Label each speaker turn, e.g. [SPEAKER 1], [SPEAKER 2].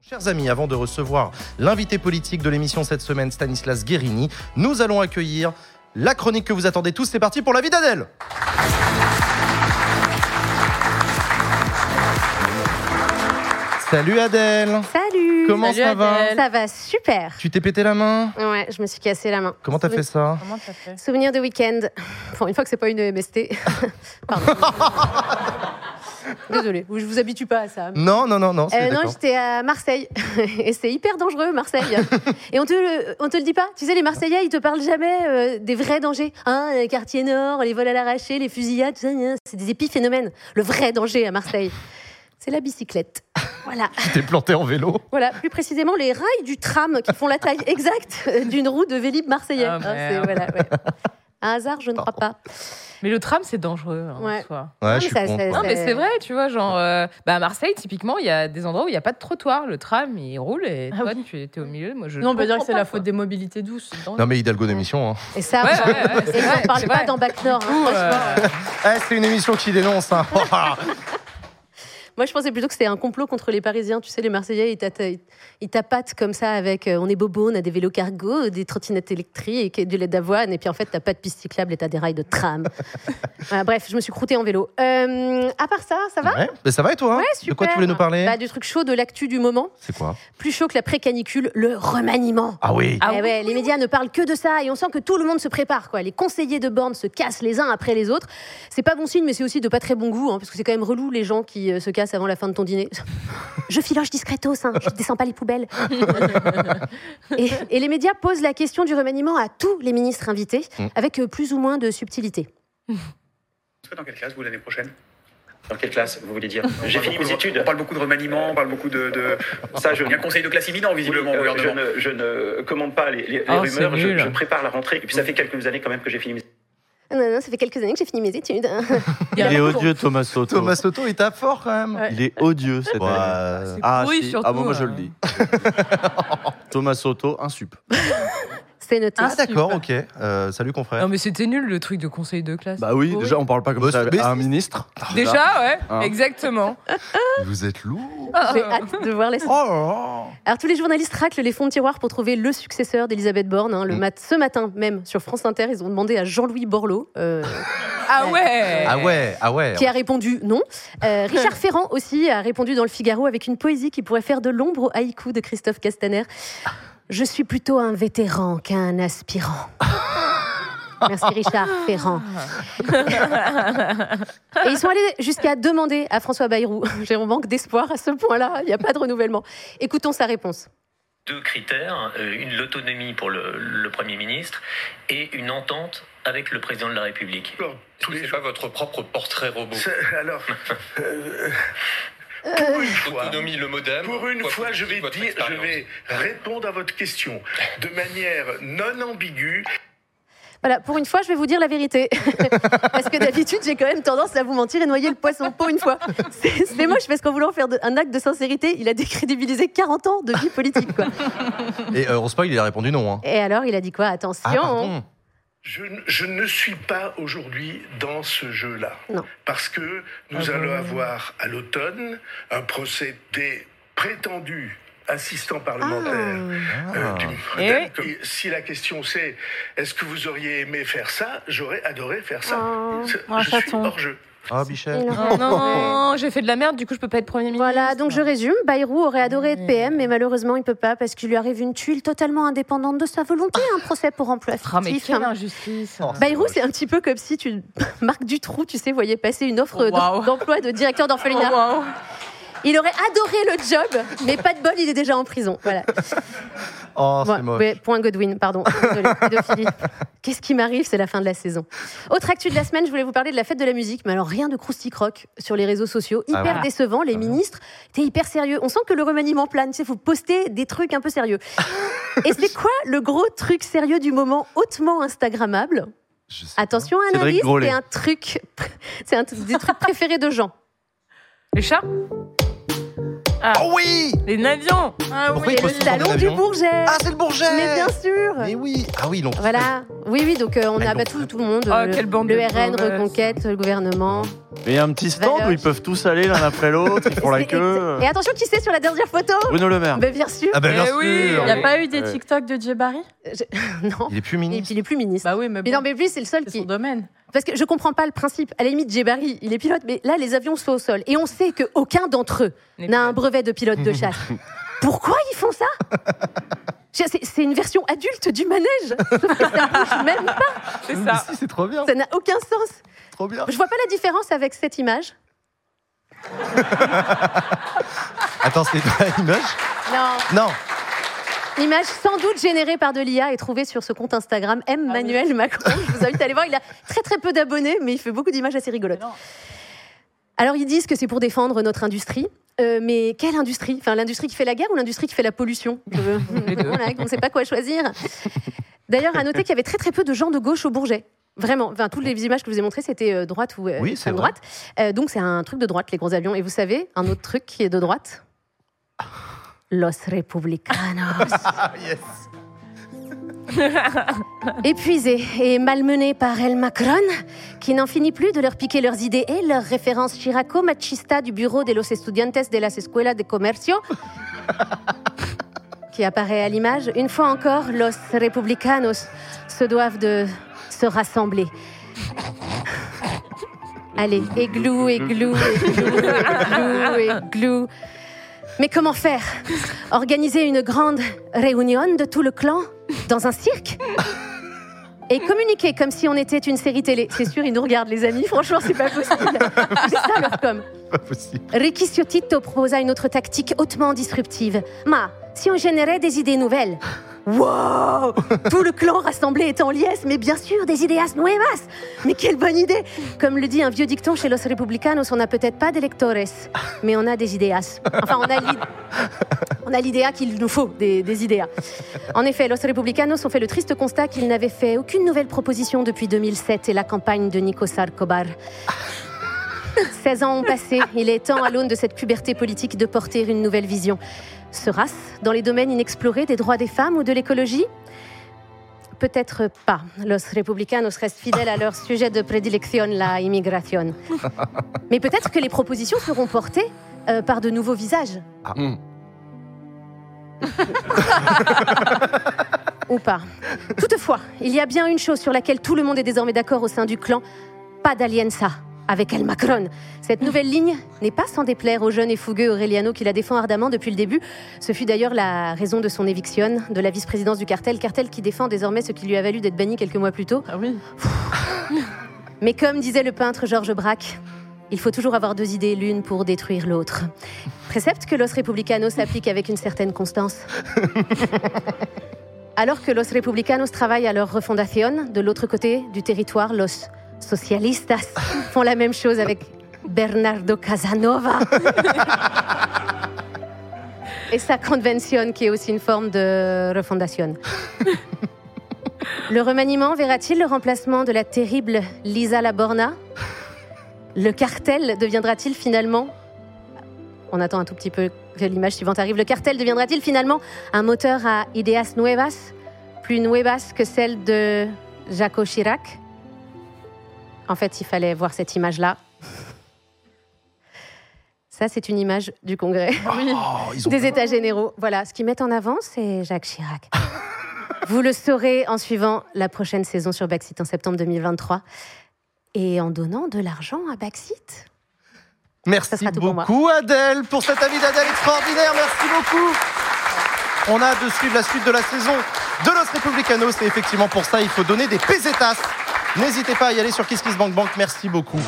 [SPEAKER 1] Chers amis, avant de recevoir l'invité politique de l'émission cette semaine, Stanislas Guérini, nous allons accueillir la chronique que vous attendez tous. C'est parti pour la vie d'Adèle Salut Adèle
[SPEAKER 2] Salut
[SPEAKER 1] Comment
[SPEAKER 3] Salut
[SPEAKER 1] ça va
[SPEAKER 3] Adèle.
[SPEAKER 2] Ça va super
[SPEAKER 1] Tu t'es pété la main
[SPEAKER 2] Ouais, je me suis cassé la main.
[SPEAKER 1] Comment t'as fait ça
[SPEAKER 3] Comment t'as fait
[SPEAKER 2] Souvenir de week-end. Bon, une fois que c'est pas une MST. Pardon. Désolée, je vous habitue pas à ça.
[SPEAKER 1] Non, non, non, non, c'est
[SPEAKER 2] Euh, non,
[SPEAKER 1] d'accord.
[SPEAKER 2] j'étais à Marseille. Et c'est hyper dangereux, Marseille. Et on te, le- on te le dit pas. Tu sais, les Marseillais, ils te parlent jamais euh, des vrais dangers. Hein, les quartiers nord, les vols à l'arraché, les fusillades, tout ça. gna, C'est des épiphénomènes. Le vrai danger à Marseille, c'est la bicyclette. Voilà.
[SPEAKER 1] Tu t'es planté en vélo.
[SPEAKER 2] Voilà, plus précisément les rails du tram qui font la taille exacte d'une roue de Vélib marseillais.
[SPEAKER 3] Ah,
[SPEAKER 2] Hein, c'est-
[SPEAKER 3] merde.
[SPEAKER 2] voilà, ouais. Un hasard, je ne crois pas.
[SPEAKER 3] Mais le tram, c'est dangereux hein,
[SPEAKER 2] Ouais.
[SPEAKER 3] en soi.
[SPEAKER 1] Ouais,
[SPEAKER 2] mais
[SPEAKER 1] je suis
[SPEAKER 2] ça-
[SPEAKER 1] con.
[SPEAKER 2] ça-
[SPEAKER 1] toi.
[SPEAKER 3] Non, mais
[SPEAKER 2] C'est-
[SPEAKER 3] c'est vrai, tu vois, genre, euh, bah, à Marseille, typiquement, il y a des endroits où il n'y a pas de trottoir. Le tram, il roule et
[SPEAKER 4] Ah
[SPEAKER 3] toi, tu étais au milieu. Moi, je
[SPEAKER 4] Non, on peut dire que
[SPEAKER 3] comprends
[SPEAKER 4] c'est
[SPEAKER 3] pas,
[SPEAKER 4] la
[SPEAKER 3] quoi.
[SPEAKER 4] faute des mobilités douces. c'est dangereux.
[SPEAKER 1] Non, mais Hidalgo d'émission. Hein.
[SPEAKER 2] Et ça,
[SPEAKER 3] Ouais, ouais, ouais,
[SPEAKER 2] et
[SPEAKER 3] c'est
[SPEAKER 2] ça,
[SPEAKER 3] vrai,
[SPEAKER 2] on parle
[SPEAKER 3] c'est
[SPEAKER 2] pas
[SPEAKER 3] vrai. euh.
[SPEAKER 2] dans Bac Nord. hein, franchement.
[SPEAKER 1] Eh, c'est une émission qui dénonce. Hein.
[SPEAKER 2] Moi, je pensais plutôt que c'était un complot contre les Parisiens. Tu sais, les Marseillais, ils, tata- ils- ils tapatent comme ça avec euh, on est bobo, on a des vélos cargo, des trottinettes électriques, et du lait d'avoine. Et puis en fait, t'as pas de piste cyclable et t'as des rails de tram. Voilà, bref, je me suis croûtée en vélo. Euh, à part ça, ça va
[SPEAKER 1] Ouais, mais ça va et toi hein
[SPEAKER 2] Ouais,
[SPEAKER 1] De quoi tu
[SPEAKER 2] super.
[SPEAKER 1] voulais nous parler
[SPEAKER 2] Bah, Du truc chaud de l'actu du moment.
[SPEAKER 1] C'est quoi
[SPEAKER 2] Plus chaud que la pré-canicule, le remaniement.
[SPEAKER 1] Ah oui
[SPEAKER 3] Ah
[SPEAKER 2] Eh
[SPEAKER 3] oui,
[SPEAKER 2] ouais, les médias ne parlent que de ça et on sent que tout le monde se prépare. Quoi. Les conseillers de borne se cassent les uns après les autres. C'est pas bon signe, mais c'est aussi de pas très bon goût, hein, parce que c'est quand même relou les gens qui euh, se cassent avant la fin de ton dîner. je filoche discretos, hein, je descends pas les poubelles. et, et les médias posent la question du remaniement à tous les ministres invités,
[SPEAKER 1] Mm.
[SPEAKER 2] avec euh, plus ou moins de subtilité.
[SPEAKER 5] Est-ce que dans quelle classe vous l'année prochaine
[SPEAKER 6] Dans quelle classe vous voulez dire
[SPEAKER 5] On
[SPEAKER 6] J'ai
[SPEAKER 5] parle
[SPEAKER 6] fini mes
[SPEAKER 5] beaucoup de-
[SPEAKER 6] études.
[SPEAKER 5] On parle beaucoup de remaniement, on parle beaucoup de. de- Ça, je... il y a un conseil de classe imminent,
[SPEAKER 6] Oui,
[SPEAKER 5] visiblement, au
[SPEAKER 6] euh, je,
[SPEAKER 5] gouvernement.
[SPEAKER 6] ne, je ne commande pas les, les- les
[SPEAKER 3] Oh,
[SPEAKER 6] rumeurs,
[SPEAKER 3] c'est
[SPEAKER 6] je,
[SPEAKER 3] nul.
[SPEAKER 6] je prépare la rentrée. Et puis ça fait quelques années quand même que j'ai fini mes
[SPEAKER 2] Ah Non, non, ça fait quelques années que j'ai fini mes études.
[SPEAKER 4] Il y a
[SPEAKER 7] Il est
[SPEAKER 4] toujours-
[SPEAKER 7] odieux, Thomas Soto.
[SPEAKER 1] Thomas Soto, il tape fort quand même.
[SPEAKER 4] Ouais.
[SPEAKER 7] Il est odieux cette
[SPEAKER 1] Ouais.
[SPEAKER 7] année.
[SPEAKER 1] Euh,
[SPEAKER 7] Ah,
[SPEAKER 3] Oui,
[SPEAKER 7] si.
[SPEAKER 3] surtout,
[SPEAKER 7] ah bon, moi je
[SPEAKER 3] euh.
[SPEAKER 7] le dis. Thomas Soto, un sup.
[SPEAKER 2] C'est noté.
[SPEAKER 1] Ah d'accord, ok. Euh, salut confrère.
[SPEAKER 3] Non, mais c'était nul le truc de conseil de classe.
[SPEAKER 7] Bah oui,
[SPEAKER 3] Oui.
[SPEAKER 7] déjà on parle pas
[SPEAKER 1] Bah,
[SPEAKER 7] comme ça
[SPEAKER 1] mais
[SPEAKER 7] à un
[SPEAKER 1] si.
[SPEAKER 7] ministre.
[SPEAKER 3] Déjà, ouais,
[SPEAKER 7] Ah.
[SPEAKER 3] exactement.
[SPEAKER 2] Ah.
[SPEAKER 1] Vous êtes lourd.
[SPEAKER 2] J'ai hâte de voir les
[SPEAKER 1] Oh là là.
[SPEAKER 2] Alors tous les journalistes raclent les fonds de tiroir pour trouver le successeur d'Elisabeth Borne. hein. Le
[SPEAKER 1] Mm.
[SPEAKER 2] mat- ce matin même sur France Inter, ils ont demandé à Jean-Louis Borloo, euh,
[SPEAKER 3] Ah ouais
[SPEAKER 1] Ah ouais, ah ouais.
[SPEAKER 2] qui a répondu non. Euh, Richard Ferrand aussi a répondu dans Le Figaro avec une poésie qui pourrait faire de l'ombre au haïku de Christophe Castaner. Je suis plutôt un vétéran qu'un aspirant. Merci Richard Ferrand. Et ils sont allés jusqu'à demander à François Bayrou. J'ai un manque d'espoir à ce point-là. Il n'y a pas de renouvellement. Écoutons sa réponse.
[SPEAKER 8] deux critères, euh, une l'autonomie pour le, le Premier ministre et une entente avec le président de la République.
[SPEAKER 5] Alors, tous les-
[SPEAKER 8] pas votre propre portrait robot.
[SPEAKER 5] C'est- Alors, euh,
[SPEAKER 8] Autonomie, le modem.
[SPEAKER 5] pour une
[SPEAKER 8] Quoi
[SPEAKER 5] fois,
[SPEAKER 8] vous
[SPEAKER 5] je vais
[SPEAKER 8] dites, votre
[SPEAKER 5] dire, je
[SPEAKER 8] expérience.
[SPEAKER 5] vais répondre à votre question de manière non ambiguë.
[SPEAKER 2] Voilà, pour une fois, je vais vous dire la vérité. parce que d'habitude, j'ai quand même tendance à vous mentir et noyer le poisson pour une fois. C'est c'est moche parce qu'en voulant faire de- un acte de sincérité, il a décrédibilisé 40 ans de vie politique. Quoi.
[SPEAKER 1] Et euh, on se spoil, il a répondu non. hein.
[SPEAKER 2] Et alors, il a dit quoi Attention.
[SPEAKER 1] Ah pardon.
[SPEAKER 5] Je, n- je ne suis pas aujourd'hui dans ce jeu-là.
[SPEAKER 2] Non.
[SPEAKER 5] Parce que nous
[SPEAKER 3] Ah
[SPEAKER 5] allons
[SPEAKER 3] bon
[SPEAKER 5] avoir à l'automne un procès des prétendus assistants
[SPEAKER 2] Ah.
[SPEAKER 5] parlementaires. Euh,
[SPEAKER 1] Ah.
[SPEAKER 5] du-
[SPEAKER 3] Et
[SPEAKER 5] d'un-
[SPEAKER 3] oui.
[SPEAKER 5] comme- si la question c'est est-ce que vous auriez aimé faire ça, j'aurais adoré faire ça.
[SPEAKER 3] Ah.
[SPEAKER 2] Oh,
[SPEAKER 5] C'est-
[SPEAKER 4] un
[SPEAKER 5] je suis
[SPEAKER 4] chaton.
[SPEAKER 5] hors jeu.
[SPEAKER 1] Ah Bichette.
[SPEAKER 2] Il a-
[SPEAKER 3] Oh non, j'ai fait de la merde, du coup, je peux pas être Premier ministre.
[SPEAKER 2] Voilà, donc je résume. Bayrou aurait adoré être PM, mais malheureusement, il peut pas parce qu'il lui arrive une tuile totalement indépendante de sa volonté, un procès pour emploi
[SPEAKER 3] Ah, mais
[SPEAKER 2] fictif.
[SPEAKER 3] quelle injustice
[SPEAKER 1] Oh,
[SPEAKER 2] Bayrou, c'est un petit peu comme si tu, Marc Dutroux, tu sais, voyait passer une offre
[SPEAKER 3] Oh, waouh.
[SPEAKER 2] d'emploi de directeur
[SPEAKER 3] Oh,
[SPEAKER 2] d'orphelinat.
[SPEAKER 3] wow.
[SPEAKER 2] Il aurait adoré le job, mais pas de bol, il est déjà en prison. Voilà.
[SPEAKER 1] Oh
[SPEAKER 2] Ouais,
[SPEAKER 1] c'est moche.
[SPEAKER 2] ouais, point Godwin, pardon. Désolée, pédophilie. Qu'est-ce qui m'arrive C'est la fin de la saison. Autre actu de la semaine, je voulais vous parler de la fête de la musique, mais alors rien de croustique rock sur les réseaux sociaux.
[SPEAKER 1] Ah
[SPEAKER 2] Hyper
[SPEAKER 1] ouais.
[SPEAKER 2] décevant,
[SPEAKER 1] Ah
[SPEAKER 2] les
[SPEAKER 1] ouais.
[SPEAKER 2] ministres étaient hyper sérieux. On sent que le remaniement plane, tu sais, faut poster des trucs un peu sérieux. Et c'est quoi le gros truc sérieux du moment hautement Instagrammable
[SPEAKER 1] Je sais pas.
[SPEAKER 2] Attention,
[SPEAKER 7] Cédric
[SPEAKER 2] analyse,
[SPEAKER 7] Grolet.
[SPEAKER 2] c'est un truc, c'est un des trucs préférés de gens.
[SPEAKER 3] Les chats
[SPEAKER 1] Oh oui.
[SPEAKER 3] Les avions Ah
[SPEAKER 1] Pourquoi
[SPEAKER 3] oui
[SPEAKER 1] il
[SPEAKER 2] Ah Le
[SPEAKER 1] pose tout en
[SPEAKER 2] salon du
[SPEAKER 1] avion
[SPEAKER 2] Bourget.
[SPEAKER 1] Ah c'est le Bourget.
[SPEAKER 2] mais bien sûr.
[SPEAKER 1] Mais oui. Ah oui, ils l'ont tous fait.
[SPEAKER 2] Voilà, oui, oui, donc euh, on
[SPEAKER 1] Elles
[SPEAKER 2] a
[SPEAKER 1] l'ont
[SPEAKER 2] battu
[SPEAKER 1] fait.
[SPEAKER 2] tout le monde.
[SPEAKER 3] Ah,
[SPEAKER 2] le,
[SPEAKER 3] quelle bande
[SPEAKER 2] le
[SPEAKER 3] de
[SPEAKER 2] RN,
[SPEAKER 3] mauvaises.
[SPEAKER 2] Reconquête, le gouvernement.
[SPEAKER 7] Ah, Mais il y a un petit stand
[SPEAKER 2] Valoche.
[SPEAKER 7] où ils peuvent tous aller l'un après l'autre, ils font la
[SPEAKER 2] Et-
[SPEAKER 7] queue.
[SPEAKER 2] Et attention, qui c'est sur la dernière photo
[SPEAKER 7] Bruno Le Maire.
[SPEAKER 2] Ben, Bien sûr.
[SPEAKER 1] Ah ben bien
[SPEAKER 3] Eh
[SPEAKER 1] sûr
[SPEAKER 3] oui,
[SPEAKER 4] Il n'y a pas eu Bah des
[SPEAKER 7] Ouais.
[SPEAKER 4] TikTok de Jay Barry
[SPEAKER 2] Non.
[SPEAKER 1] Il est plus
[SPEAKER 2] Et
[SPEAKER 1] ministre.
[SPEAKER 2] puis il est plus ministre.
[SPEAKER 4] Bah oui, mais
[SPEAKER 2] Mais
[SPEAKER 4] bon,
[SPEAKER 2] non, mais lui, c'est le seul
[SPEAKER 4] c'est
[SPEAKER 2] qui.
[SPEAKER 4] son domaine.
[SPEAKER 2] Parce que je comprends pas le principe. À la limite, Jebari, il est pilote, mais là, les avions sont au sol. Et on sait qu'aucun d'entre eux
[SPEAKER 3] N'est
[SPEAKER 2] n'a
[SPEAKER 3] plus
[SPEAKER 2] un brevet de pilote de chasse. Pourquoi ils font ça C'est c'est une version adulte du manège. Sauf que ça bouge même pas.
[SPEAKER 3] C'est
[SPEAKER 1] Mais
[SPEAKER 3] ça.
[SPEAKER 1] si, c'est trop bien,
[SPEAKER 2] Ça n'a aucun sens.
[SPEAKER 1] trop bien.
[SPEAKER 2] Je vois pas la différence avec cette image.
[SPEAKER 1] Attends, c'est pas l'image
[SPEAKER 2] Non.
[SPEAKER 1] Non.
[SPEAKER 2] Image sans doute générée par de l'IA et trouvée sur ce compte Instagram M.
[SPEAKER 4] Ah oui.
[SPEAKER 2] Manuel Macron. Je vous invite à aller voir. Il a très très peu d'abonnés, mais il fait beaucoup d'images assez rigolotes.
[SPEAKER 4] Mais non.
[SPEAKER 2] Alors ils disent que c'est pour défendre notre industrie. Euh, mais quelle industrie Enfin, l'industrie qui fait la guerre ou l'industrie qui fait la pollution Euh, voilà, On ne sait pas quoi choisir. D'ailleurs, à noter qu'il y avait très très peu de gens de gauche au Bourget. Vraiment. Enfin, toutes les images que je vous ai montrées, c'était euh, droite ou euh,
[SPEAKER 1] Oui, c'est
[SPEAKER 2] extrême
[SPEAKER 1] vrai.
[SPEAKER 2] droite. Euh, donc c'est un truc de droite, les gros avions. Et vous savez, un autre truc qui est de droite Los Republicanos.
[SPEAKER 1] Ah yes.
[SPEAKER 2] Épuisés et malmenés par El Macron, qui n'en finit plus de leur piquer leurs idées et leurs références chiraco-machista du bureau de los estudiantes de las escuelas de comercio, qui apparaît à l'image, une fois encore, los republicanos se doivent de se rassembler. Allez, églou, églou, églou, églou, églou. Mais comment faire Organiser une grande réunion de tout le clan dans un cirque et communiquer comme si on était une série télé. C'est sûr, ils nous regardent, les amis. Franchement, c'est pas possible. C'est ça leur com.
[SPEAKER 1] Pas possible.
[SPEAKER 2] Ricky Ciottito proposa une autre tactique hautement disruptive. Ma, si on générait des idées nouvelles Wow Tout le clan rassemblé est en liesse, mais bien sûr, des idéas nuevas Mais quelle bonne idée Comme le dit un vieux dicton chez Los Republicanos, on n'a peut-être pas d'électores, mais on a des idéas. Enfin, on a l'id- on a l'idéa qu'il nous faut, des, des idéas. En effet, Los Republicanos ont fait le triste constat qu'ils n'avaient fait aucune nouvelle proposition depuis 2007 et la campagne de Nico Sarkobar. 16 ans ont passé. Il est temps, à l'aune de cette puberté politique, de porter une nouvelle vision. Sera-ce dans les domaines inexplorés des droits des femmes ou de l'écologie Peut-être pas. Los Republicanos restent fidèles à leur sujet de prédilection, la immigration. Mais peut-être que les propositions seront portées euh, par de nouveaux visages.
[SPEAKER 1] Ah.
[SPEAKER 2] Ou pas. Toutefois, il y a bien une chose sur laquelle tout le monde est désormais d'accord au sein du clan pas d'alienza avec El Macron. Cette nouvelle ligne n'est pas sans déplaire au jeune et fougueux Aureliano qui la défend ardemment depuis le début. Ce fut d'ailleurs la raison de son éviction de la vice-présidence du cartel, cartel qui défend désormais ce qui lui a valu d'être banni quelques mois plus tôt.
[SPEAKER 4] Ah oui.
[SPEAKER 2] Mais comme disait le peintre Georges Braque, il faut toujours avoir deux idées, l'une pour détruire l'autre. Précepte que Los Republicanos s'applique avec une certaine constance. Alors que Los Republicanos travaillent à leur refondation, de l'autre côté du territoire, Los Socialistas font la même chose avec Bernardo Casanova. Et sa convention, qui est aussi une forme de refondation. Le remaniement verra-t-il le remplacement de la terrible Lisa Laborna Le cartel deviendra-t-il finalement On attend un tout petit peu que l'image suivante arrive. Le cartel deviendra-t-il finalement un moteur à ideas nuevas, plus nuevas que celle de Jaco Chirac En fait, il fallait voir cette image-là. Ça, c'est une image du Congrès
[SPEAKER 1] Oh, ils ont
[SPEAKER 2] des États généraux. Voilà, ce qu'ils mettent en avant, c'est Jacques Chirac. Vous le saurez en suivant la prochaine saison sur Baxit en septembre 2023 et en donnant de l'argent à Baxit.
[SPEAKER 1] Merci
[SPEAKER 2] Ça sera tout pour moi.
[SPEAKER 1] beaucoup Adèle pour cet avis d'Adèle extraordinaire. Merci beaucoup. On a de suivre la suite de la saison de Los Republicanos et effectivement pour ça il faut donner des pesetas. N'hésitez pas à y aller sur Kiss Kiss Bank Bank. Merci beaucoup.